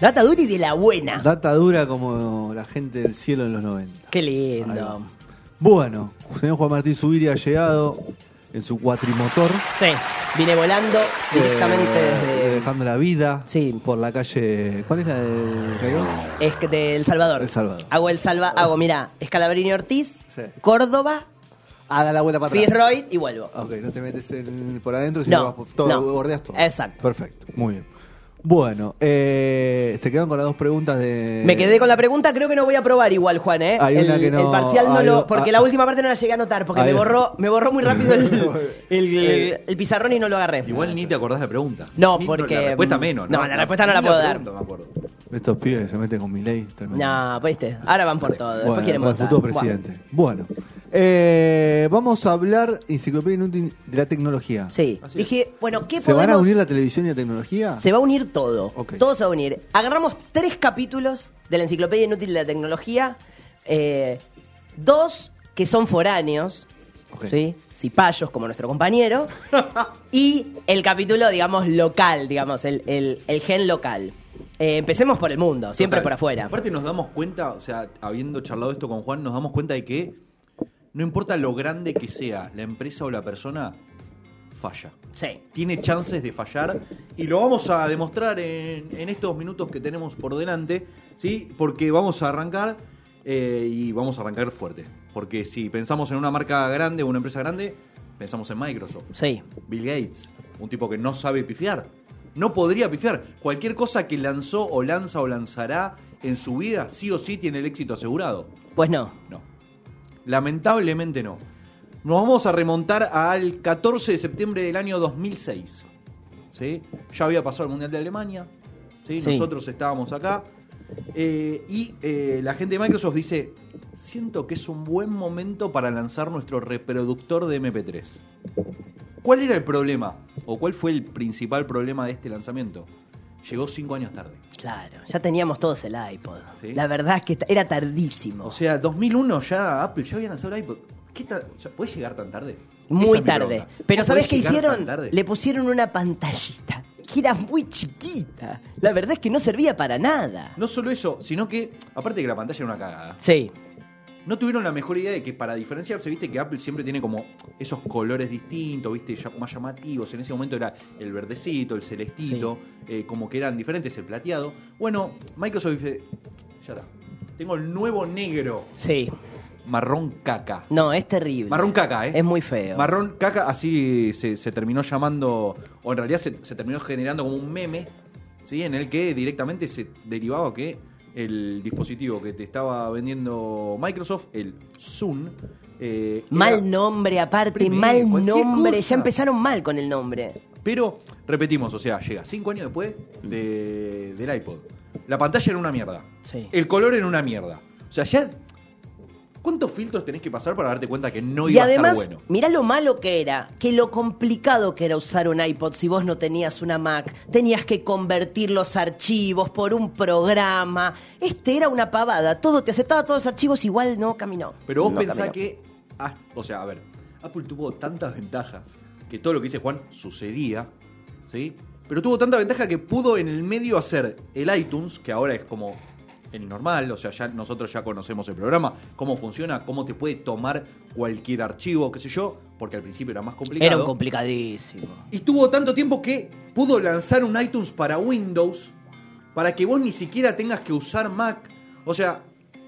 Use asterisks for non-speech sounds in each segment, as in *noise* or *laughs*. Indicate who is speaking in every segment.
Speaker 1: Data dura y de la buena.
Speaker 2: data dura como la gente del cielo en los 90.
Speaker 1: Qué
Speaker 2: Ahí
Speaker 1: lindo.
Speaker 2: va. Bueno, señor Juan Martín Zubiri ha llegado en su cuatrimotor.
Speaker 1: Sí, vine volando directamente
Speaker 2: eh,
Speaker 1: desde.
Speaker 2: Dejando la vida
Speaker 1: Sí.
Speaker 2: por la calle... ¿Cuál es la de Caigón?
Speaker 1: Es que de El Salvador.
Speaker 2: El Salvador.
Speaker 1: Hago el salva, hago, mira, Escalabrini Ortiz,
Speaker 2: Sí.
Speaker 1: Córdoba,
Speaker 2: Ah, da la vuelta para atrás.
Speaker 1: Fitzroy y vuelvo.
Speaker 2: Ah, Ok, no te metes en- por adentro, sino vas
Speaker 1: No,
Speaker 2: por todo,
Speaker 1: no.
Speaker 2: bordeas todo.
Speaker 1: Exacto.
Speaker 2: Perfecto, muy bien. Bueno, eh, se quedan con las dos preguntas de...
Speaker 1: Me quedé con la pregunta, creo que no voy a probar igual, Juan, ¿eh?
Speaker 2: Eh, Hay
Speaker 1: el,
Speaker 2: una que no-
Speaker 1: el parcial no
Speaker 2: hay
Speaker 1: lo.
Speaker 2: o-
Speaker 1: Porque
Speaker 2: ah.
Speaker 1: la última parte no la llegué a anotar, porque
Speaker 2: Hay
Speaker 1: me
Speaker 2: una-
Speaker 1: borró, me borró muy
Speaker 2: *laughs*
Speaker 1: rápido el, el- el-
Speaker 2: Eh,
Speaker 1: el pizarrón y no lo agarré.
Speaker 3: Igual ni te acordás la pregunta.
Speaker 1: No,
Speaker 3: Ni-
Speaker 1: porque- mm,
Speaker 3: La respuesta menos.
Speaker 1: no, la respuesta no la
Speaker 3: ni
Speaker 1: puedo dar.
Speaker 3: pregunta me acuerdo.
Speaker 2: Estos pibes que se meten con mi ley. tremendo.
Speaker 1: No, pues, viste. Ahora van por todo. Después
Speaker 2: Bueno,
Speaker 1: quieren
Speaker 2: para
Speaker 1: votar.
Speaker 2: el futuro
Speaker 1: Buah.
Speaker 2: presidente. Bueno, eh, vamos a hablar, Enciclopedia Inútil, de la tecnología.
Speaker 1: Sí. Dije, bueno, ¿qué
Speaker 2: ¿Se van a
Speaker 1: podemos-
Speaker 2: unir la televisión y la tecnología?
Speaker 1: Se va a unir todo.
Speaker 2: Ok.
Speaker 1: Todo se va a unir. Agarramos tres capítulos de la Enciclopedia Inútil de la Tecnología. eh, dos que son foráneos.
Speaker 2: Ok.
Speaker 1: ¿Sí? Cipayos, como nuestro
Speaker 3: *laughs*
Speaker 1: compañero. y el capítulo, digamos, local, digamos, el, el- el gen local. Eh, empecemos por el mundo, siempre
Speaker 3: Total.
Speaker 1: por afuera.
Speaker 3: Aparte nos damos cuenta, o sea, habiendo charlado esto con Juan, nos damos cuenta de que no importa lo grande que sea la empresa o la persona, falla.
Speaker 1: Sí.
Speaker 3: Tiene chances de fallar y lo vamos a demostrar en, en estos minutos que tenemos por delante, ¿sí? Porque vamos a arrancar eh, y vamos a arrancar fuerte. Porque si pensamos en una marca grande o una empresa grande, pensamos en Microsoft.
Speaker 1: Sí.
Speaker 3: Bill Gates, un tipo que no sabe pifiar. No podría pifiar. Cualquier cosa que lanzó o lanza o lanzará en su vida, sí o sí tiene el éxito asegurado.
Speaker 1: Pues no.
Speaker 3: No. Lamentablemente no. Nos vamos a remontar al 14 de septiembre del año 2006. ¿Sí? Ya había pasado el Mundial de Alemania. ¿sí?
Speaker 1: Sí.
Speaker 3: Nosotros estábamos acá. Eh, y eh, la gente de Microsoft dice, siento que es un buen momento para lanzar nuestro reproductor de MP3. ¿Cuál era el problema? ¿O cuál fue el principal problema de este lanzamiento? Llegó cinco años tarde.
Speaker 1: Claro. Ya teníamos todos el iPod.
Speaker 3: Sí.
Speaker 1: La verdad es que ta- era tardísimo.
Speaker 3: O sea, 2001 ya Apple ya había lanzado el iPod. ¿Qué ta- o sea, ¿Puede llegar tan tarde? Esa
Speaker 1: Muy
Speaker 3: es mi
Speaker 1: tarde.
Speaker 3: pregunta.
Speaker 1: Pero
Speaker 3: ¿Puede
Speaker 1: ¿sabés qué
Speaker 3: llegar tan
Speaker 1: hicieron?
Speaker 3: tarde?
Speaker 1: Le pusieron una pantallita que era muy chiquita. La verdad es que no servía para nada.
Speaker 3: No solo eso, sino que, aparte de que la pantalla era una cagada,
Speaker 1: Sí,
Speaker 3: no tuvieron la mejor idea de que para diferenciarse, viste que Apple siempre tiene como esos colores distintos, viste, ya- más llamativos. En ese momento era el verdecito, el celestito, eh, como que eran diferentes, el plateado. Bueno, Microsoft dice, ya está. Tengo el nuevo negro,
Speaker 1: sí.
Speaker 3: marrón caca.
Speaker 1: No, es terrible.
Speaker 3: Marrón caca, ¿eh?
Speaker 1: Es muy feo.
Speaker 3: Marrón caca, así se, se terminó llamando, o en realidad se, se terminó generando como un meme, ¿sí? En el que directamente se derivaba que el dispositivo que te estaba vendiendo Microsoft, el Zoom, eh,
Speaker 1: mal
Speaker 3: era-
Speaker 1: nombre aparte,
Speaker 3: Primero,
Speaker 1: mal
Speaker 3: cualquier
Speaker 1: nombre.
Speaker 3: cosa.
Speaker 1: Ya empezaron mal con el nombre.
Speaker 3: Pero, repetimos, o sea, llega cinco años después de- del iPod. La pantalla era una mierda.
Speaker 1: Mm. Sí.
Speaker 3: El color era una mierda. O sea, ya... ¿Cuántos filtros tenés que pasar para darte cuenta que no
Speaker 1: y
Speaker 3: iba a
Speaker 1: además,
Speaker 3: estar bueno?
Speaker 1: mirá lo malo que era, que lo complicado que era usar un iPod si vos no tenías una Mac. Tenías que convertir los archivos por un programa. Este era una pavada. Todo te aceptaba todos los archivos, igual no caminó.
Speaker 3: Pero vos
Speaker 1: No
Speaker 3: pensás
Speaker 1: caminó.
Speaker 3: que. ah, o sea, a ver, Apple tuvo tantas ventajas que todo lo que dice Juan sucedía, ¿sí? Pero tuvo tanta ventaja que pudo en el medio hacer el iTunes, que ahora es como el normal, o sea, ya nosotros ya conocemos el programa, cómo funciona, cómo te puede tomar cualquier archivo, qué sé yo, porque al principio era más complicado.
Speaker 1: Era un complicadísimo.
Speaker 3: Y tuvo tanto tiempo que pudo lanzar un iTunes para Windows, para que vos ni siquiera tengas que usar Mac. O sea,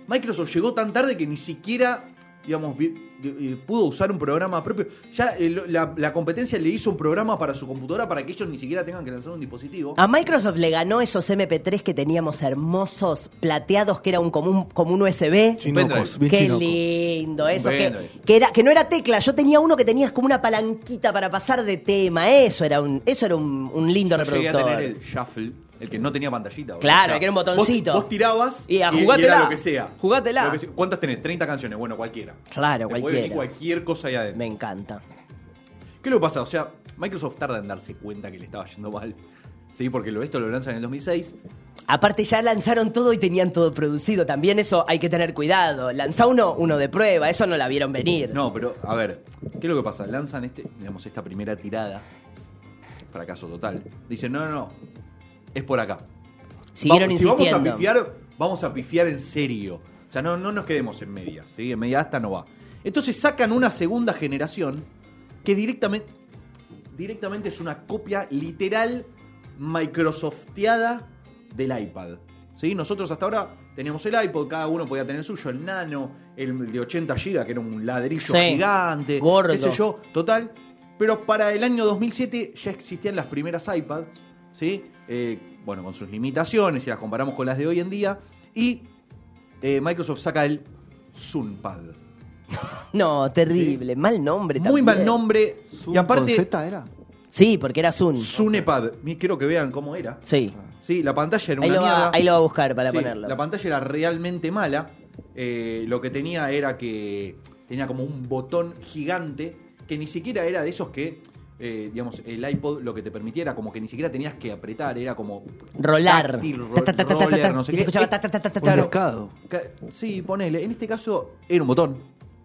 Speaker 3: Microsoft llegó tan tarde que ni siquiera, digamos, vi- di- eh, pudo usar un programa propio. Ya eh, lo- la, la competencia le hizo un programa para su computadora para que ellos ni siquiera tengan que lanzar un dispositivo.
Speaker 1: A Microsoft le ganó esos MP3 que teníamos hermosos, plateados, que era un común, como un USB.
Speaker 2: Chinocos, bien
Speaker 1: Qué
Speaker 2: chinocos.
Speaker 1: lindo, eso que,
Speaker 3: pendrive.
Speaker 1: que era que no era tecla, yo tenía uno que tenías como una palanquita para pasar de tema, eso era un eso era un, un lindo
Speaker 3: Yo llegué a
Speaker 1: reproductor.
Speaker 3: tener el Shuffle, El que no tenía pantallita. boludo.
Speaker 1: Claro,
Speaker 3: O sea,
Speaker 1: el que era un botoncito.
Speaker 3: Vos, vos tirabas
Speaker 1: Y a
Speaker 3: era
Speaker 1: jugátela.
Speaker 3: lo que sea.
Speaker 1: Jugátela.
Speaker 3: Lo que sea. ¿Cuántas tenés? 30 canciones. Bueno, cualquiera.
Speaker 1: Claro,
Speaker 3: Te puede
Speaker 1: cualquiera.
Speaker 3: venir cualquier cosa ahí adentro.
Speaker 1: Me encanta.
Speaker 3: ¿Qué es lo que pasa? O sea, Microsoft tarda en darse cuenta que le estaba yendo mal. Sí, porque lo- esto lo lanzan en el 2006.
Speaker 1: Aparte ya lanzaron todo y tenían todo producido. También eso hay que tener cuidado. Lanza uno, uno de prueba. Eso no la vieron venir.
Speaker 3: No, pero a ver, ¿qué es lo que pasa? Lanzan este, digamos, esta primera tirada. Fracaso total. Dicen, no, no, no. Es por acá.
Speaker 1: Siguieron
Speaker 3: Vamos- Si
Speaker 1: insistiendo.
Speaker 3: vamos a pifiar, vamos a pifiar en serio. O sea, no, no nos quedemos en medias, ¿sí? En media hasta no va. Entonces sacan una segunda generación que directamente, directamente es una copia literal Microsofteada del iPad. ¿Sí? Nosotros hasta ahora teníamos el iPod, cada uno podía tener el suyo, el nano, el de 80 GB, que era un ladrillo
Speaker 1: Sí,
Speaker 3: gigante,
Speaker 1: gordo.
Speaker 3: qué sé yo, total. Pero para el año 2007 ya existían las primeras iPads, ¿sí? Eh, bueno, con sus limitaciones, si las comparamos con las de hoy en día. Y eh, Microsoft saca el Zunpad.
Speaker 1: No, terrible. Mal nombre
Speaker 3: Muy
Speaker 1: también.
Speaker 3: mal nombre.
Speaker 2: Zoom
Speaker 3: Y aparte,
Speaker 2: con Z era?
Speaker 1: Sí, porque era Zoom.
Speaker 3: Zunepad. Mi- Quiero que vean cómo era.
Speaker 1: Sí.
Speaker 3: Sí, la pantalla era
Speaker 1: Ahí
Speaker 3: una
Speaker 1: lo, va,
Speaker 3: mierda.
Speaker 1: ahí lo va a buscar para
Speaker 3: Sí,
Speaker 1: ponerlo.
Speaker 3: La pantalla era realmente mala. Eh, lo que tenía era que tenía como un botón gigante que ni siquiera era de esos que, eh, digamos, el iPod lo que te permitía era como que ni siquiera tenías que apretar, era como.
Speaker 1: Rolar.
Speaker 3: táctil, ro-
Speaker 1: Ta, ta, ta, ta, ta,
Speaker 3: roller,
Speaker 1: ta.
Speaker 3: no sé
Speaker 1: Y se
Speaker 3: qué.
Speaker 1: escuchaba
Speaker 3: Eh,
Speaker 1: ta, ta, ta, ta, ta.
Speaker 2: Un
Speaker 3: Claro.
Speaker 2: pescado.
Speaker 3: Ca- Sí, ponele. En este caso era un botón.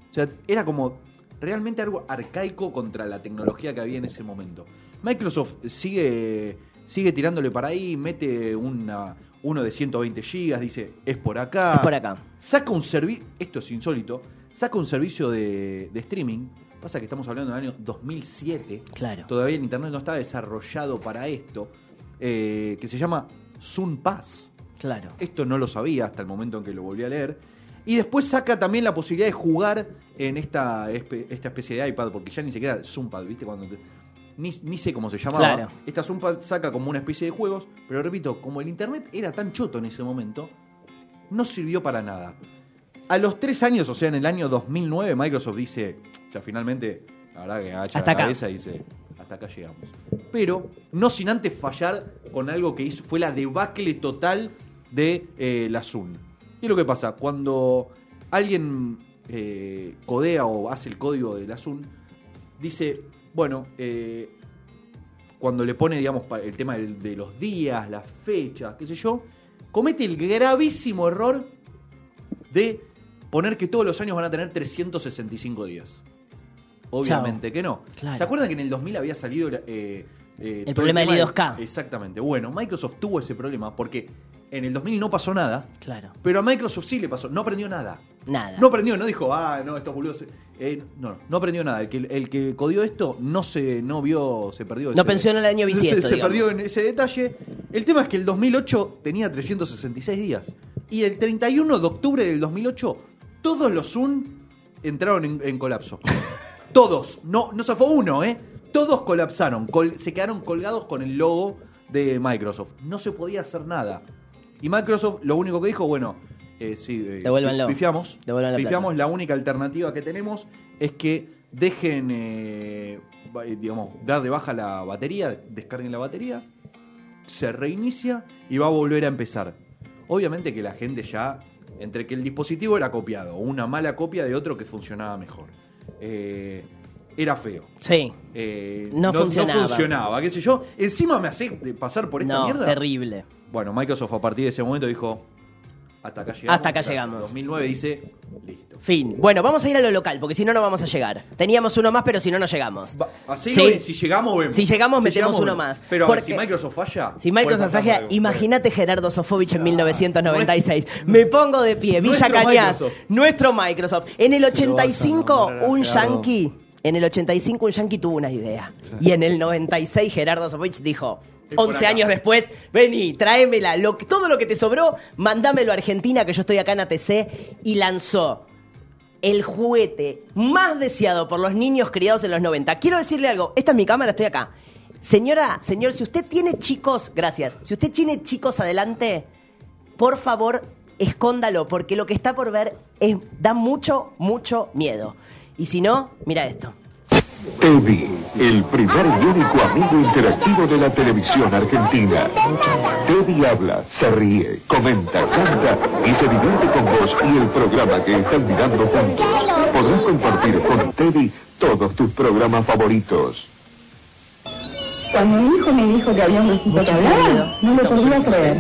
Speaker 3: O sea, era como realmente algo arcaico contra la tecnología que había en ese momento. Microsoft sigue, sigue tirándole para ahí, mete una, uno de 120 gigas, dice, es por acá.
Speaker 1: Es por acá.
Speaker 3: Saca un servicio, esto es insólito, saca un servicio de, de streaming. Pasa que estamos hablando del año 2007.
Speaker 1: Claro.
Speaker 3: Todavía el Internet no está desarrollado para esto, eh, que se llama Zoom Pass.
Speaker 1: Claro.
Speaker 3: Esto no lo sabía hasta el momento en que lo volví a leer. Y después saca también la posibilidad de jugar en esta, espe- esta especie de iPad, porque ya ni siquiera Zoompad, ¿viste? Cuando te- ni, ni sé cómo se llamaba.
Speaker 1: Claro.
Speaker 3: Esta Zoompad saca como una especie de juegos, pero repito, como el internet era tan choto en ese momento, no sirvió para nada. A los tres años, o sea, en el año 2009, Microsoft dice, ya finalmente, la verdad que agacha
Speaker 1: Hasta
Speaker 3: la
Speaker 1: acá.
Speaker 3: cabeza y dice, hasta acá llegamos. Pero, no sin antes fallar con algo que hizo, fue la debacle total de eh, la Zoom. Y lo que pasa, cuando alguien eh, codea o hace el código de la Zoom, dice, bueno, eh, cuando le pone, digamos, pa- el tema del- de los días, las fechas, qué sé yo, comete el gravísimo error de poner que todos los años van a tener 365 días. Obviamente que no.
Speaker 1: Claro.
Speaker 3: ¿Se acuerdan que en el 2000 había salido eh, eh, todo
Speaker 1: problema
Speaker 3: tema
Speaker 1: del I2K?
Speaker 3: Exactamente. Bueno, Microsoft tuvo ese problema porque en el 2000 no pasó nada,
Speaker 1: Claro.
Speaker 3: pero a Microsoft sí le pasó, no aprendió nada.
Speaker 1: Nada.
Speaker 3: No aprendió, no dijo, ah, no, estos boludos. eh, no, no aprendió nada. El que, el que codió esto no se no vio, se perdió.
Speaker 1: No pensó en el año bisiesto,
Speaker 3: Se, se
Speaker 1: digamos.
Speaker 3: perdió en ese detalle. El tema es que el 2008 tenía 366 días. Y el 31 de octubre del 2008, todos los Zoom entraron en, en colapso. todos. No, no zafó uno, ¿eh? Todos colapsaron. col- se quedaron colgados con el logo de Microsoft. No se podía hacer nada. Y Microsoft lo único que dijo, bueno, eh, sí, eh,
Speaker 1: Devuélvanlo.
Speaker 3: pifiamos.
Speaker 1: Devuelvan la
Speaker 3: Pifiamos, la única alternativa que tenemos es que dejen, eh, ba- eh, digamos, dar de baja la batería, descarguen la batería, se reinicia y va a volver a empezar. Obviamente que la gente ya, entre que el dispositivo era copiado, una mala copia de otro que funcionaba mejor. Eh, era feo.
Speaker 1: Sí.
Speaker 3: Eh,
Speaker 1: No funcionaba.
Speaker 3: funcionaba, qué sé yo. Encima me hace de pasar por esta
Speaker 1: No,
Speaker 3: mierda.
Speaker 1: terrible.
Speaker 3: Bueno, Microsoft a partir de ese momento dijo, hasta acá llegamos.
Speaker 1: Hasta acá
Speaker 3: gracias".
Speaker 1: llegamos.
Speaker 3: 2009 dice, listo.
Speaker 1: Fin. Bueno, vamos a ir a lo local, porque si no, no vamos a llegar. Teníamos uno más, pero si no, no llegamos.
Speaker 3: Va- Así
Speaker 1: Sí.
Speaker 3: lo- y si llegamos vemos.
Speaker 1: Si llegamos, metemos uno
Speaker 3: vemos.
Speaker 1: más.
Speaker 3: Pero a ver,
Speaker 1: Porque-
Speaker 3: si Microsoft falla.
Speaker 1: Si Microsoft
Speaker 3: puede fallar
Speaker 1: traje,
Speaker 3: algo.
Speaker 1: imagínate Gerardo Sofovich en 1996. Me pongo de pie, Villa
Speaker 3: Nuestro
Speaker 1: Cañas,
Speaker 3: Microsoft.
Speaker 1: nuestro Microsoft. En el
Speaker 2: Se lo vas a
Speaker 1: 85,
Speaker 2: nombrar a
Speaker 1: un
Speaker 2: Gerardo.
Speaker 1: yankee, en el 85 un yankee tuvo una idea. Y en el 96 Gerardo Sofovich dijo,
Speaker 3: Es por
Speaker 1: 11
Speaker 3: acá.
Speaker 1: años después, vení, tráemela, lo que- todo lo que te sobró, mandámelo a Argentina, que yo estoy acá en ATC, y lanzó el juguete más deseado por los niños criados en los 90. Quiero decirle algo, esta es mi cámara, estoy acá. Señora, señor, si usted tiene chicos, gracias, si usted tiene chicos adelante, por favor, escóndalo, porque lo que está por ver es, da mucho, mucho miedo. Y si no, mira esto.
Speaker 4: Evi, el primer y único amigo interactivo de la televisión argentina. Teddy habla, se ríe, comenta, canta y se divierte con vos y el programa que están mirando juntos. Podrás compartir con Teddy todos tus programas favoritos.
Speaker 5: Cuando mi hijo me dijo que había un osito que hablaba, no lo podía creer.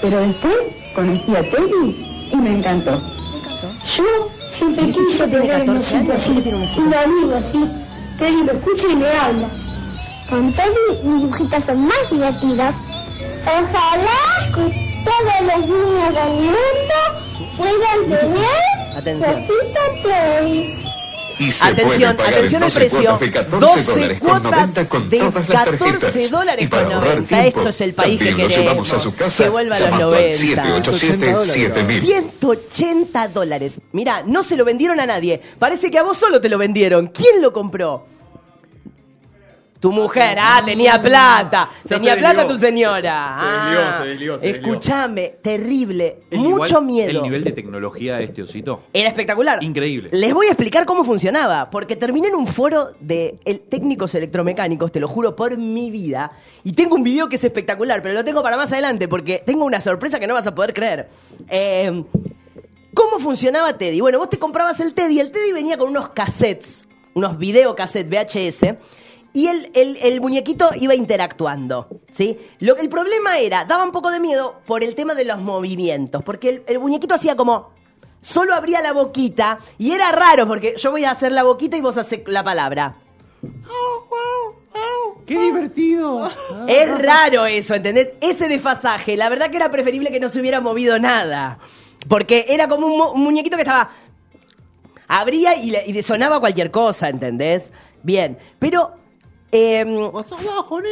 Speaker 5: Pero después conocí a Teddy y me encantó. Yo siempre quise tener un osito así, un amigo así. Teddy lo escucha y me habla.
Speaker 6: Con Teddy mis dibujitas son más divertidas. Ojalá que todos los niños del mundo puedan tener su
Speaker 1: Atención.
Speaker 6: osito Teddy.
Speaker 4: Y se puede
Speaker 1: Atención,
Speaker 4: pagar
Speaker 1: atención
Speaker 4: en
Speaker 1: al
Speaker 4: 12
Speaker 1: precio.
Speaker 4: cuotas de 14
Speaker 1: 12 cuotas
Speaker 4: dólares con 90 con
Speaker 1: de
Speaker 4: todas las tarjetas.
Speaker 1: 14 dólares
Speaker 4: y para
Speaker 1: con
Speaker 4: ahorrar
Speaker 1: 90.
Speaker 4: tiempo,
Speaker 1: Esto es el país que
Speaker 4: también
Speaker 1: queremos.
Speaker 4: lo llevamos a su casa
Speaker 1: Que vuelva a los
Speaker 4: llamando
Speaker 1: 90.
Speaker 4: al 787-7000.
Speaker 1: 180 dólares. Mirá, no se lo vendieron a nadie. Parece que a vos solo te lo vendieron. ¿Quién lo compró? Tu mujer, ah, tenía plata.
Speaker 3: Ya
Speaker 1: tenía
Speaker 3: se
Speaker 1: plata
Speaker 3: desligó.
Speaker 1: tu señora.
Speaker 3: Se desligó,
Speaker 1: Ah,
Speaker 3: se desligó, se desligó.
Speaker 1: Escuchame, terrible.
Speaker 3: El
Speaker 1: Mucho
Speaker 3: igual-
Speaker 1: miedo.
Speaker 3: El nivel de tecnología de este osito.
Speaker 1: Era espectacular.
Speaker 3: Increíble.
Speaker 1: Les voy a explicar cómo funcionaba, porque terminé en un foro de el- técnicos electromecánicos, te lo juro por mi vida, y tengo un video que es espectacular, pero lo tengo para más adelante, porque tengo una sorpresa que no vas a poder creer. Eh, ¿Cómo funcionaba Teddy? Bueno, vos te comprabas el Teddy, el Teddy venía con unos cassettes, unos videocassettes VHS, y el, el- el muñequito iba interactuando, ¿sí? Lo que el problema era, daba un poco de miedo por el tema de los movimientos, porque el, el muñequito hacía como... Solo abría la boquita y era raro porque yo voy a hacer la boquita y vos haces la palabra.
Speaker 2: ¡Qué divertido!
Speaker 1: *laughs* Es raro eso, ¿entendés? Ese desfasaje, la verdad que era preferible que no se hubiera movido nada. Porque era como un, mu- un muñequito que estaba... Abría y, le- y le sonaba cualquier cosa, ¿entendés? Bien, pero... em,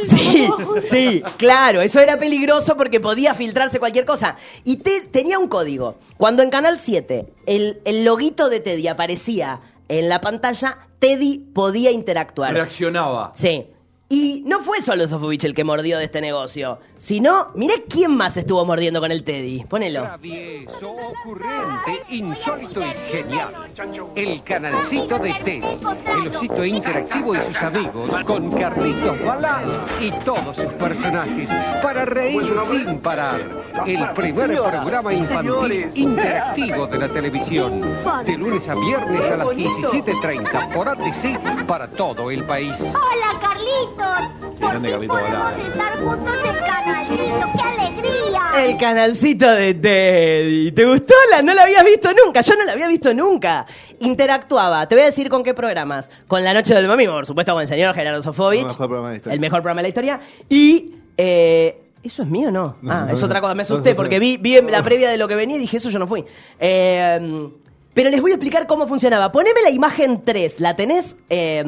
Speaker 1: Sí, sí, claro, eso era peligroso porque podía filtrarse cualquier cosa. Y te- tenía un código. Cuando en Canal 7 el, el loguito de Teddy aparecía en la pantalla, Teddy podía interactuar.
Speaker 3: Reaccionaba.
Speaker 1: Sí. Y no fue solo Sofovich el que mordió de este negocio, sino, mirá quién más estuvo mordiendo con el Teddy. Ponelo.
Speaker 7: Travieso, ocurrente, insólito y genial. El canalcito de Teddy, el osito interactivo y sus amigos, con Carlitos Balá y todos sus personajes, para reír sin parar. El primer programa infantil interactivo de la televisión. De lunes a viernes a las 17.30 por ATC para todo el país.
Speaker 6: Hola Carlitos, por
Speaker 3: grande
Speaker 6: fin
Speaker 3: Carlito Balá,
Speaker 6: podemos
Speaker 3: eh.
Speaker 6: estar juntos en Canalito, qué alegría.
Speaker 1: El canalcito de Teddy. ¿Te gustó? La, no la habías visto nunca. Yo no la había visto nunca. Interactuaba. Te voy a decir con qué programas. Con La Noche del Mami, por supuesto, con el señor Gerardo Sofovich.
Speaker 2: El mejor programa de la historia.
Speaker 1: El mejor programa de la historia. Y. eh, ¿Eso es mío o no?
Speaker 2: No,
Speaker 1: ah,
Speaker 2: no,
Speaker 1: es
Speaker 2: no.
Speaker 1: otra cosa. Me
Speaker 2: No,
Speaker 1: asusté
Speaker 2: no,
Speaker 1: porque
Speaker 2: no.
Speaker 1: vi, vi en la previa de lo que venía y dije, eso yo no fui. Eh, pero les voy a explicar cómo funcionaba. Poneme la imagen 3. ¿La tenés? Eh,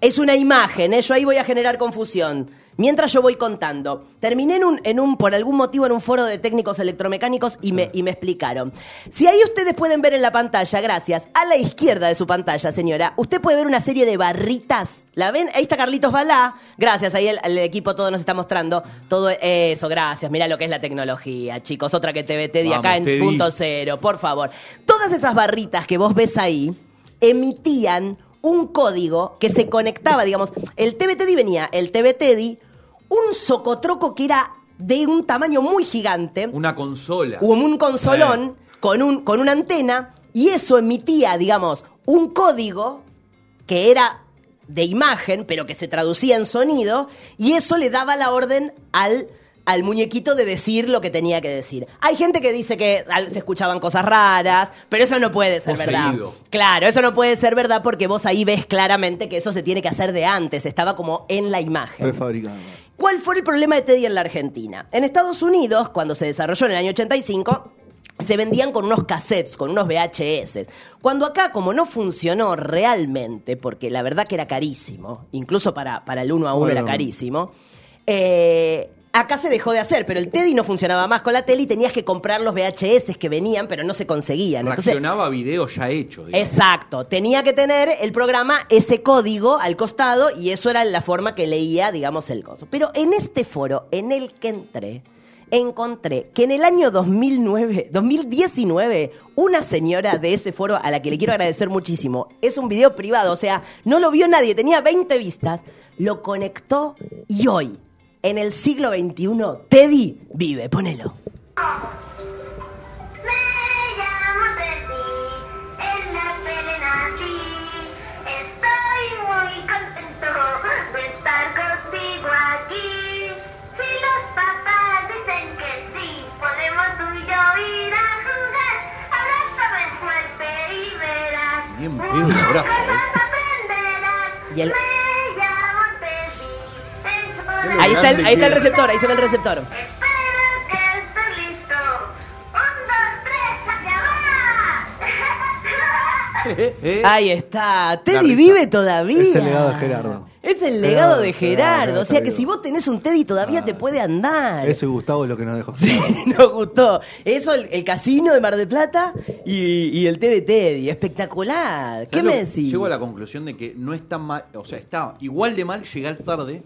Speaker 1: es una imagen, ¿eh? yo ahí voy a generar confusión. Mientras yo voy contando, terminé en un, en un, por algún motivo en un foro de técnicos electromecánicos y me, y me explicaron. Si ahí ustedes pueden ver en la pantalla, gracias, a la izquierda de su pantalla, señora, usted puede ver una serie de barritas. ¿La ven? Ahí está Carlitos Balá. Gracias, ahí el, el equipo todo nos está mostrando. Todo eso, gracias. Mirá lo que es la tecnología, chicos. Otra que TVT de acá
Speaker 3: Vamos,
Speaker 1: en
Speaker 3: Teddy.
Speaker 1: punto cero, por favor. Todas esas barritas que vos ves ahí emitían un código que se conectaba, digamos, el TV Teddy venía, el TV Teddy, un socotroco que era de un tamaño muy gigante,
Speaker 3: Una consola.
Speaker 1: como un consolón con, un, con una antena, y eso emitía, digamos, un código que era de imagen, pero que se traducía en sonido, y eso le daba la orden al, al muñequito de decir lo que tenía que decir. Hay gente que dice que al- se escuchaban cosas raras, pero eso no puede ser verdad.
Speaker 3: Poseído.
Speaker 1: Claro, eso no puede ser verdad porque vos ahí ves claramente que eso se tiene que hacer de antes, estaba como en la imagen.
Speaker 2: Prefabricado.
Speaker 1: ¿Cuál fue el problema de Teddy en la Argentina? En Estados Unidos, cuando se desarrolló en el año 85, se vendían con unos cassettes, con unos VHS. Cuando acá, como no funcionó realmente, porque la verdad que era carísimo, incluso para, para el uno a uno
Speaker 2: Bueno.
Speaker 1: era carísimo, eh, acá se dejó de hacer, pero el Teddy no funcionaba más con la tele y tenías que comprar los VHS que venían, pero no se conseguían. Entonces,
Speaker 3: Reaccionaba a videos ya hechos. digamos.
Speaker 1: Exacto, tenía que tener el programa ese código al costado y eso era la forma que leía, digamos, el coso. Pero en este foro en el que entré, encontré que en el año 2009, 2019, una señora de ese foro a la que le quiero agradecer muchísimo, es un video privado, o sea, no lo vio nadie, tenía 20 vistas, lo conectó y hoy, en el siglo XXI, Teddy vive, ponelo.
Speaker 6: Me llamo Teddy, en la tele nací. Estoy muy contento de estar contigo aquí. Si los papás dicen que sí, podemos tú y yo ir a jugar. Abrázame fuerte y verás.
Speaker 3: Bien, bien un abrazo, eh.
Speaker 1: Y el-
Speaker 6: Ahí está, el,
Speaker 3: grande
Speaker 6: ahí está el
Speaker 3: que era.
Speaker 6: receptor, ahí se ve el receptor. *laughs*
Speaker 3: Eh, eh.
Speaker 1: Ahí está,
Speaker 3: La
Speaker 1: Teddy
Speaker 3: risa.
Speaker 1: vive todavía.
Speaker 2: Es el legado de Gerardo.
Speaker 1: Es el legado de
Speaker 2: Gerardo, Gerardo
Speaker 1: Gerardo, o
Speaker 2: está
Speaker 1: sea que
Speaker 2: vivo.
Speaker 1: si vos tenés un Teddy todavía
Speaker 3: Ah.
Speaker 1: te puede andar.
Speaker 2: Eso y Gustavo es lo que nos dejó.
Speaker 1: *laughs* Sí, nos gustó. Eso, el, el casino de Mar del Plata y, y el TV Teddy. Espectacular. ¿Qué
Speaker 3: ¿Sabes lo-
Speaker 1: me decís?
Speaker 3: Llego a la conclusión de que no es tan mal, o sea, está igual de mal llegar tarde,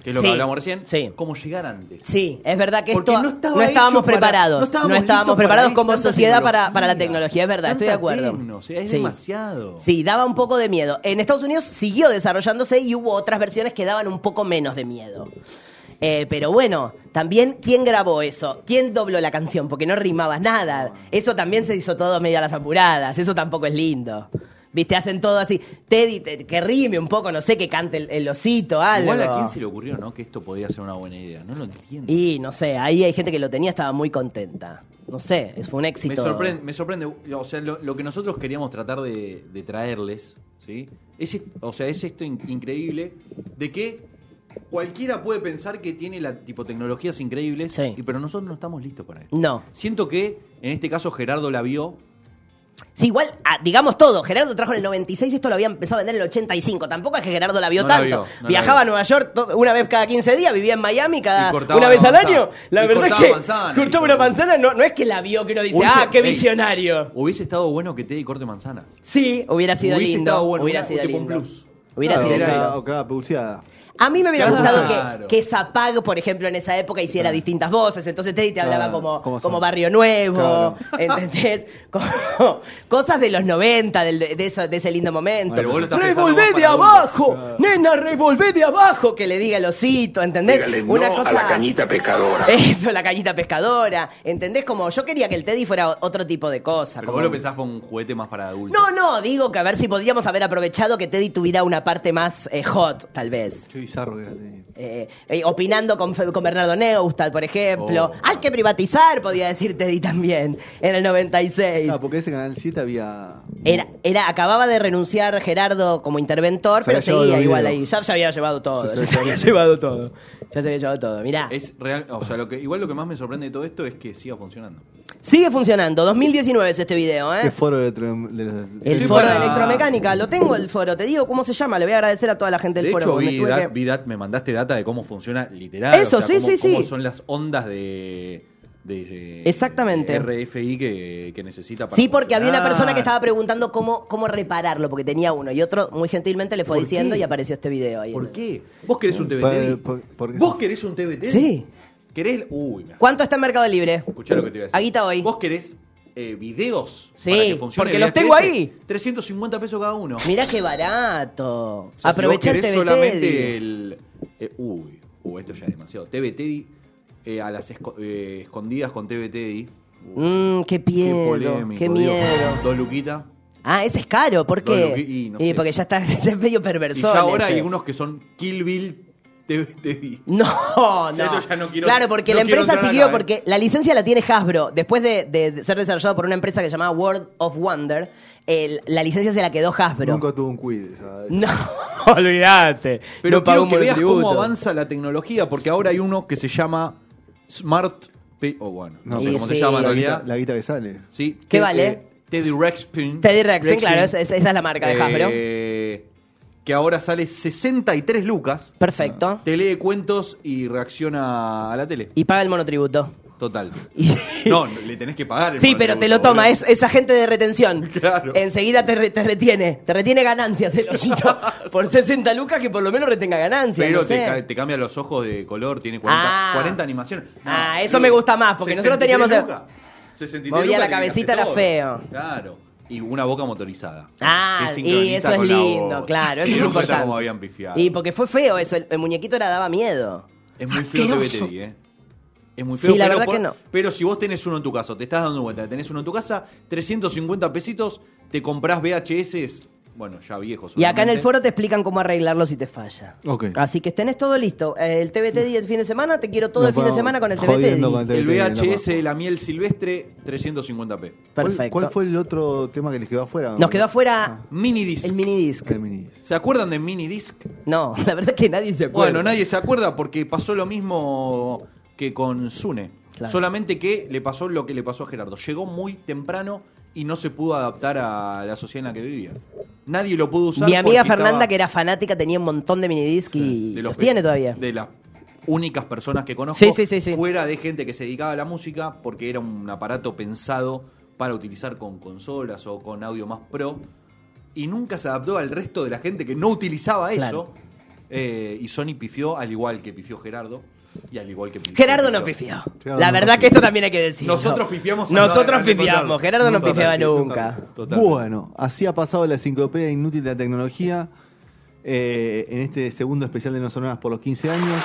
Speaker 3: que es lo
Speaker 1: Sí,
Speaker 3: que hablamos recién,
Speaker 1: sí.
Speaker 3: como llegar antes.
Speaker 1: Sí, es verdad que
Speaker 3: Porque
Speaker 1: esto
Speaker 3: no
Speaker 1: no,
Speaker 3: estaba
Speaker 1: estábamos
Speaker 3: hecho para-
Speaker 1: preparados.
Speaker 3: no estábamos
Speaker 1: No
Speaker 3: listos
Speaker 1: estábamos
Speaker 3: para
Speaker 1: preparados
Speaker 3: ir
Speaker 1: como
Speaker 3: tanta
Speaker 1: sociedad para, para la
Speaker 3: tecnología,
Speaker 1: tecnología, es verdad, estoy de
Speaker 3: tanta
Speaker 1: acuerdo.
Speaker 3: tecno, o sea, es
Speaker 1: Sí.
Speaker 3: demasiado.
Speaker 1: Sí, daba un poco de miedo. En Estados Unidos siguió desarrollándose y hubo otras versiones que daban un poco menos de miedo. Eh, pero bueno, también, ¿quién grabó eso? ¿Quién dobló la canción? Porque no rimabas nada. Eso también se hizo todo medio a las apuradas. Eso tampoco es lindo. Viste, hacen todo así. Teddy, te- que rime un poco, no sé, que cante el, el osito, algo.
Speaker 3: Igual a quién se le ocurrió, ¿no? Que esto podría ser una buena idea. No lo entiendo.
Speaker 1: Y no sé, ahí hay gente que lo tenía, estaba muy contenta. No sé, fue un
Speaker 3: me,
Speaker 1: éxito.
Speaker 3: sorprende, me sorprende, o sea, lo, lo que nosotros queríamos tratar de, de traerles, ¿sí? Es, est- o sea, es esto in- increíble de que cualquiera puede pensar que tiene la tipo tecnologías increíbles,
Speaker 1: Sí.
Speaker 3: y, pero nosotros no estamos listos para esto.
Speaker 1: No.
Speaker 3: Siento que en este caso Gerardo la vio.
Speaker 1: Sí, igual, ah, digamos todo. Gerardo trajo en el 96, esto lo había empezado a vender en el 85. Tampoco es que Gerardo la vio
Speaker 3: No la
Speaker 1: tanto.
Speaker 3: vio, no la
Speaker 1: Viajaba
Speaker 3: vio.
Speaker 1: a Nueva York to- una vez cada 15 días, vivía en Miami
Speaker 3: Y
Speaker 1: cada
Speaker 3: cortaba
Speaker 1: una vez
Speaker 3: una
Speaker 1: al
Speaker 3: manzana.
Speaker 1: año. La
Speaker 3: Y
Speaker 1: verdad es
Speaker 3: cortaba
Speaker 1: que *laughs*
Speaker 3: manzana,
Speaker 1: cortaba
Speaker 3: y
Speaker 1: una
Speaker 3: todo.
Speaker 1: manzana, no, no es que la vio que uno dice,
Speaker 3: Hubiese-
Speaker 1: ah, qué
Speaker 3: ey,
Speaker 1: visionario.
Speaker 3: Hubiese estado bueno que Teddy corte manzanas.
Speaker 1: Sí, hubiera sido
Speaker 3: Hubiese
Speaker 1: lindo.
Speaker 3: estado bueno,
Speaker 1: hubiera
Speaker 3: una-
Speaker 1: sido
Speaker 3: tipo un
Speaker 1: lindo.
Speaker 3: plus.
Speaker 1: Hubiera
Speaker 2: Claro,
Speaker 1: sido
Speaker 2: o
Speaker 3: Era-
Speaker 1: lindo.
Speaker 2: cada- o cada pulseada.
Speaker 1: A mí me hubiera
Speaker 3: Claro.
Speaker 1: gustado que, que Zapag, por ejemplo, en esa época hiciera distintas voces. Entonces Teddy te hablaba
Speaker 2: Claro,
Speaker 1: como,
Speaker 2: como
Speaker 1: como,
Speaker 2: son.
Speaker 1: Barrio Nuevo,
Speaker 2: Claro.
Speaker 1: *laughs* ¿entendés? Como *laughs* cosas de los 90, del- de, esa- de ese lindo momento.
Speaker 3: Pero vos lo estás pensando
Speaker 1: ¡Revolvé
Speaker 3: vos
Speaker 1: de
Speaker 3: para adultos".
Speaker 1: abajo! ¡Nena, revolvé de abajo! Que le diga el osito, ¿entendés?
Speaker 4: pescadora.
Speaker 1: Eso, la cañita pescadora. ¿Entendés? Como yo quería que el Teddy fuera otro tipo de cosa.
Speaker 3: Pero
Speaker 1: como-
Speaker 3: vos lo pensás con un juguete más para adultos.
Speaker 1: No, no, digo que a ver si podríamos haber aprovechado que Teddy tuviera una parte más eh, hot, tal vez.
Speaker 2: Qué bizarro que era. este. Teddy.
Speaker 1: Eh, eh, opinando con, Fe- con Bernardo Neustadt, por ejemplo.
Speaker 3: Oh.
Speaker 1: Hay que privatizar, podía decir Teddy también, en el 96.
Speaker 2: Claro, porque ese canal 7 había.
Speaker 1: Era, era, acababa de renunciar Gerardo como interventor,
Speaker 2: Se
Speaker 1: pero
Speaker 2: había llevado
Speaker 1: seguía
Speaker 2: los
Speaker 1: igual
Speaker 2: videos.
Speaker 1: ahí. Ya se había llevado todo,
Speaker 2: Se
Speaker 1: ya
Speaker 2: había
Speaker 1: se había llevado todo. Ya se había llevado todo, mirá.
Speaker 3: Es real, o sea, lo que, igual lo que más me sorprende de todo esto es que siga funcionando.
Speaker 1: Sigue funcionando, 2019 es este video, ¿eh?
Speaker 2: ¿Qué foro de, tro- de- de- Ah,
Speaker 1: El
Speaker 3: Estoy
Speaker 1: foro
Speaker 3: para-
Speaker 1: de electromecánica, lo tengo el foro, te digo cómo se llama, le voy a agradecer a toda la gente del
Speaker 3: de
Speaker 1: foro.
Speaker 3: hecho,
Speaker 1: porque me
Speaker 3: vi
Speaker 1: tuve
Speaker 3: dat-
Speaker 1: que-
Speaker 3: vi dat- me mandaste data de cómo funciona literal.
Speaker 1: Eso,
Speaker 3: o sea,
Speaker 1: sí,
Speaker 3: cómo,
Speaker 1: sí,
Speaker 3: cómo
Speaker 1: sí.
Speaker 3: son las ondas de. de- de-
Speaker 1: Exactamente.
Speaker 3: de RFI que, que necesita para.
Speaker 1: Sí, porque había una
Speaker 3: funcionar.
Speaker 1: persona que estaba preguntando cómo, cómo repararlo, porque tenía uno, y otro muy gentilmente le fue
Speaker 3: ¿Por
Speaker 1: diciendo
Speaker 3: qué?
Speaker 1: y apareció este video ahí.
Speaker 3: ¿Por qué? ¿Vos querés un
Speaker 2: Pa-
Speaker 3: TBT?
Speaker 2: por- porque-
Speaker 3: ¿Vos querés un TBT?
Speaker 1: Sí.
Speaker 3: ¿Querés.? Uy, me
Speaker 1: ¿Cuánto está en Mercado Libre?
Speaker 3: Escuchá lo que te iba a decir.
Speaker 1: Aguita hoy.
Speaker 3: ¿Vos querés eh, videos?
Speaker 1: Sí,
Speaker 3: para que funcione
Speaker 1: porque
Speaker 3: el
Speaker 1: los
Speaker 3: VHS?
Speaker 1: tengo ahí.
Speaker 3: 350 pesos cada uno.
Speaker 1: Mirá qué barato.
Speaker 3: O sea, si vos
Speaker 1: Aprovecha
Speaker 3: querés
Speaker 1: el
Speaker 3: solamente
Speaker 1: TBT.
Speaker 3: el. eh, uy, uy, esto ya es demasiado. TV Teddy eh, a las esco- eh, escondidas con TV Teddy. Uy,
Speaker 1: Mmm, qué miedo, qué,
Speaker 3: Dios.
Speaker 1: miedo.
Speaker 3: Dos luquitas.
Speaker 1: Ah, ese es caro, ¿por
Speaker 3: Dos
Speaker 1: qué?
Speaker 3: luqui- y no
Speaker 1: Y
Speaker 3: sé.
Speaker 1: porque ya está, *laughs* ya es medio
Speaker 3: Y
Speaker 1: perverso.
Speaker 3: ya ahora hay unos que son Kill Bill TV Teddy.
Speaker 1: No,
Speaker 3: Ya
Speaker 1: no.
Speaker 3: esto ya no quiero-
Speaker 1: claro, porque
Speaker 3: no
Speaker 1: la
Speaker 3: quiero
Speaker 1: empresa
Speaker 3: entrar
Speaker 1: siguió,
Speaker 3: acá, ¿eh?
Speaker 1: porque la licencia la tiene Hasbro. Después de, de- de ser desarrollado por una empresa que se llamaba World of Wonder, el- la licencia se la quedó Hasbro.
Speaker 2: Nunca tuvo un quid. ¿sabes?
Speaker 1: No, olvídate.
Speaker 3: Pero
Speaker 1: No pagó
Speaker 3: quiero
Speaker 1: un
Speaker 3: que veas cómo
Speaker 1: monotributo.
Speaker 3: avanza la tecnología, porque ahora hay uno que se llama Smart. P- o bueno, no
Speaker 2: No,
Speaker 3: sé
Speaker 2: sí,
Speaker 3: cómo se
Speaker 1: sí.
Speaker 3: llama en
Speaker 2: La
Speaker 3: realidad.
Speaker 2: guita, la guita que sale.
Speaker 3: Sí,
Speaker 1: ¿Qué
Speaker 3: Te-
Speaker 1: vale?
Speaker 3: eh, Teddy Rexpin.
Speaker 1: Teddy Rexpin, claro, esa, esa es la marca de Hasbro.
Speaker 3: Eh, que ahora sale 63 lucas.
Speaker 1: Perfecto.
Speaker 3: Te lee cuentos y reacciona a la tele.
Speaker 1: Y paga el monotributo. *laughs*
Speaker 3: Total.
Speaker 1: Y-
Speaker 3: No, le tenés que pagar. el
Speaker 1: Sí,
Speaker 3: monotributo,
Speaker 1: pero te lo toma,
Speaker 3: boludo.
Speaker 1: es, es agente de retención.
Speaker 3: Claro.
Speaker 1: Enseguida te, re- te retiene, te retiene ganancias el osito. Por 60 lucas que por lo menos retenga ganancias.
Speaker 3: Pero
Speaker 1: no
Speaker 3: te,
Speaker 1: sé.
Speaker 3: ca- te cambia los ojos de color, tiene 40,
Speaker 1: Ah.
Speaker 3: 40 animaciones.
Speaker 1: Ah, eso me gusta más, porque nosotros teníamos-
Speaker 3: 63 lucas. 63
Speaker 1: Movía
Speaker 3: lucas
Speaker 1: la
Speaker 3: le cambiaste
Speaker 1: cabecita, era
Speaker 3: todo.
Speaker 1: feo.
Speaker 3: Claro. Y una boca motorizada.
Speaker 1: Ah,
Speaker 3: Que
Speaker 1: y
Speaker 3: sincroniza
Speaker 1: eso es
Speaker 3: con la
Speaker 1: lindo,
Speaker 3: voz. *laughs*
Speaker 1: claro, eso
Speaker 3: Y
Speaker 1: es
Speaker 3: no importa
Speaker 1: importante.
Speaker 3: cómo habían pifiado.
Speaker 1: Y porque fue feo eso, el, el muñequito era daba miedo.
Speaker 3: Es muy feo TBTI, ¿eh? Es muy
Speaker 1: Sí,
Speaker 3: feo.
Speaker 1: la
Speaker 3: pero
Speaker 1: verdad que no.
Speaker 3: Pero si vos tenés uno en tu casa, te estás dando cuenta, que tenés uno en tu casa, 350 pesitos, te comprás VHS, bueno, ya viejos.
Speaker 1: Y acá en el
Speaker 3: obviamente.
Speaker 1: foro te explican cómo arreglarlo si te falla.
Speaker 2: Ok.
Speaker 1: Así que tenés todo listo. Eh, El TBT y el fin de semana, te quiero todo
Speaker 2: No
Speaker 1: el fin de
Speaker 2: podemos-
Speaker 1: semana con el TBT.
Speaker 2: jodiendo con el
Speaker 3: El
Speaker 2: TBT,
Speaker 3: VHS
Speaker 2: no,
Speaker 3: de la miel silvestre, 350p.
Speaker 2: ¿Cuál-
Speaker 1: Perfecto.
Speaker 2: ¿Cuál fue el otro tema que les quedó afuera?
Speaker 1: Nos quedó afuera
Speaker 3: Mini disc.
Speaker 1: el minidisc.
Speaker 2: El mini.
Speaker 3: ¿Se acuerdan de mini disc?
Speaker 1: No, *laughs* la verdad es que nadie se acuerda.
Speaker 3: Bueno, nadie se acuerda porque pasó lo mismo que con Sune.
Speaker 1: Claro.
Speaker 3: Solamente que le pasó lo que le pasó a Gerardo. Llegó muy temprano y no se pudo adaptar a la sociedad en la que vivía. Nadie lo pudo usar.
Speaker 1: Mi amiga
Speaker 3: porque
Speaker 1: Fernanda,
Speaker 3: estaba
Speaker 1: que era fanática, tenía un montón de minidisc y
Speaker 3: de
Speaker 1: los,
Speaker 3: pe-
Speaker 1: tiene todavía.
Speaker 3: De las únicas personas que conozco
Speaker 1: Sí, sí, sí, sí.
Speaker 3: fuera de gente que se dedicaba a la música porque era un aparato pensado para utilizar con consolas o con audio más pro y nunca se adaptó al resto de la gente que no utilizaba
Speaker 1: Claro.
Speaker 3: eso. Eh, y Sony pifió al igual que pifió Gerardo y al igual que pifió
Speaker 1: Gerardo no pifió.
Speaker 2: Gerardo
Speaker 1: la
Speaker 2: no
Speaker 1: verdad
Speaker 2: pifió.
Speaker 1: que esto también hay que decirlo.
Speaker 3: Nosotros pifiamos a
Speaker 1: Nosotros
Speaker 3: Gerardo,
Speaker 1: pifiamos.
Speaker 3: total.
Speaker 1: Gerardo no
Speaker 3: Total,
Speaker 1: pifiaba
Speaker 3: total.
Speaker 1: nunca.
Speaker 3: Total.
Speaker 2: Bueno, así ha pasado la enciclopedia inútil de la tecnología eh, en este segundo especial de No Sonoras por los 15 años.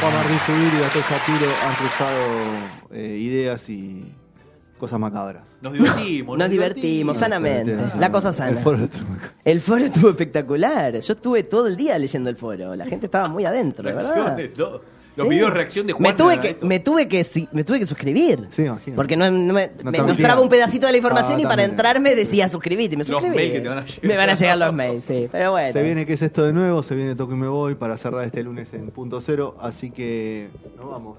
Speaker 2: Juan Martín Subir y Gastón Shapiro han cruzado eh, ideas y cosas macabras.
Speaker 3: Nos divertimos.
Speaker 1: Nos divertimos, sanamente.
Speaker 2: Exactamente.
Speaker 1: La cosa sana.
Speaker 2: El foro electrónico.
Speaker 1: El foro estuvo espectacular. Yo estuve todo el día leyendo el foro. La gente estaba muy adentro, la ¿verdad?
Speaker 3: Reacciones, todo. Los
Speaker 1: Sí.
Speaker 3: videos de reacción de eh, Juan.
Speaker 1: me tuve que me tuve que si- me tuve que suscribir
Speaker 2: Sí, imagino.
Speaker 1: porque no, no me,
Speaker 2: No
Speaker 1: me
Speaker 2: te
Speaker 1: mostraba
Speaker 2: habilitaban.
Speaker 1: un pedacito de la información
Speaker 2: Ah,
Speaker 1: y para
Speaker 2: también.
Speaker 1: entrarme decía suscribite y me
Speaker 3: Los
Speaker 1: suscribí
Speaker 3: mails que te van a llegar.
Speaker 1: me van a llegar los mails sí pero bueno
Speaker 2: Se viene que es esto de nuevo, se viene Toco y me voy para cerrar este lunes en punto cero, así que nos vamos.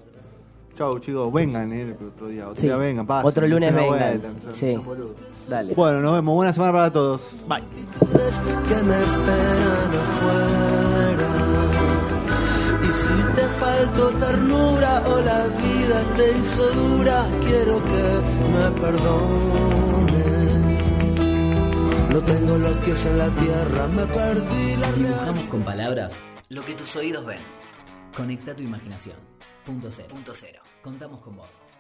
Speaker 2: Chau chicos, vengan eh, el otro día, otro
Speaker 1: Sí.
Speaker 2: día vengan, pasen,
Speaker 1: Otro lunes
Speaker 2: dense una
Speaker 1: vengan.
Speaker 2: vuelta, no sean-
Speaker 1: Sí.
Speaker 2: no sean boludos.
Speaker 1: dale
Speaker 2: Bueno, nos vemos, buena semana para todos.
Speaker 1: bye
Speaker 8: que me esperan afuera. Y si te faltó ternura o la vida te hizo dura, quiero que me perdones. No tengo los pies en la tierra, me perdí la realidad.
Speaker 9: Dibujamos con palabras lo que tus oídos ven. Conecta tu imaginación. Punto cero. Punto cero. Contamos con vos.